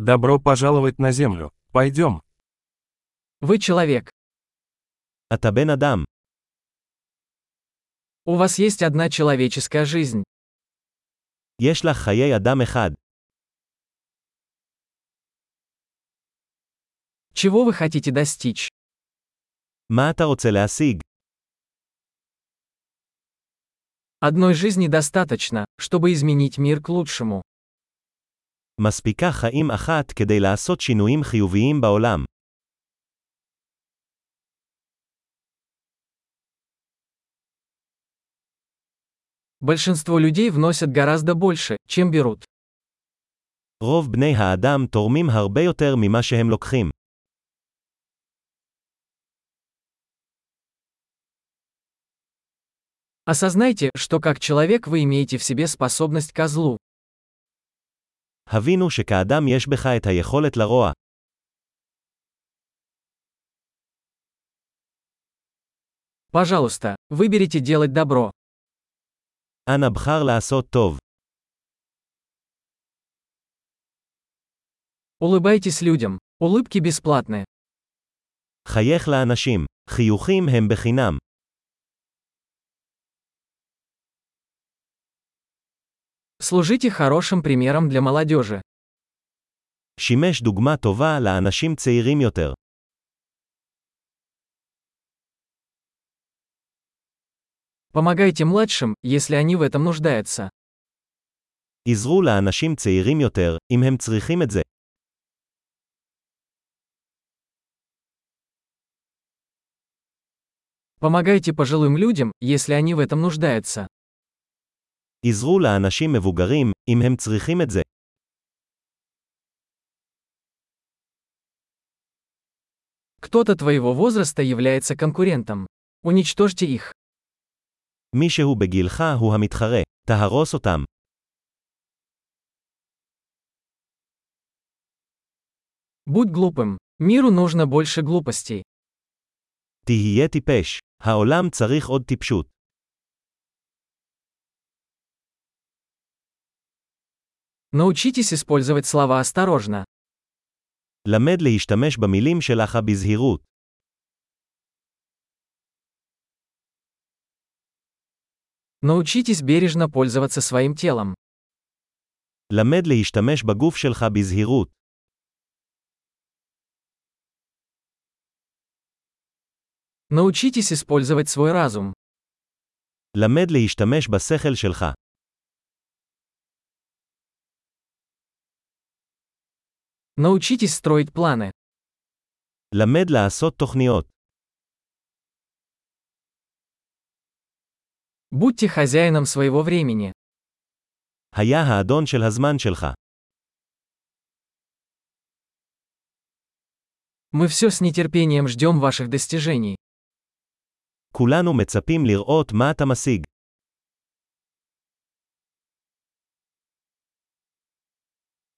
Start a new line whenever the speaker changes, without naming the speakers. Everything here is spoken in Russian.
Добро пожаловать на Землю. Пойдем.
Вы человек.
אתה בן אדם.
У вас есть одна человеческая жизнь.
יש לך חיי אדם אחד.
Чего вы хотите достичь?
מה אתה רוצה להשיג?
Одной жизни достаточно, чтобы изменить мир к лучшему.
מספיקה חיים אחת כדי לעשות שינויים חיוביים בעולם.
Большинство людей вносят гораздо больше, чем берут.
רוב בני האדם תורמים הרבה יותר ממה שהם לוקחים.
Осознайте, что как человек вы имеете в себе способность ко злу.
הבינו שכאדם יש בך את היכולת לרוע.
Пожалуйста, выберите делать добро.
אנא בחר לעשות טוב.
Улыбайтесь людям. Улыбки бесплатны.
חייך לאנשים. חיוכים הם בחינם.
Служите хорошим примером для молодежи.
שימש דוגמה טובה לאנשים צעירים יותר.
Помогайте младшим, если они в этом нуждаются.
עזרו לאנשים צעירים יותר, אם הם צריכים את זה.
Помогайте пожилым людям, если они в этом нуждаются.
עזרו לאנשים מבוגרים, אם הם צריכים את זה.
Кто-то твоего возраста является конкурентом. Уничтожьте их.
מישהו בגילך הוא המתחרה. תהרוס אותם.
Будь глупым. Миру нужно больше глупостей.
תהיה טיפש. העולם צריך עוד טיפשות.
Научитесь использовать слова осторожно.
למד להשתמש במילים שלך בזהירות.
Научитесь бережно пользоваться своим телом.
למד להשתמש בגוף שלך בזהירות.
Научитесь использовать свой разум.
למד להשתמש בשכל שלך.
Научитесь строить планы.
למד לעשות תוכניות.
Будьте хозяином своего времени.
היה האדון של הזמן שלך.
Мы все с нетерпением ждем ваших достижений.
כולנו מצפים לראות מה אתה משיג.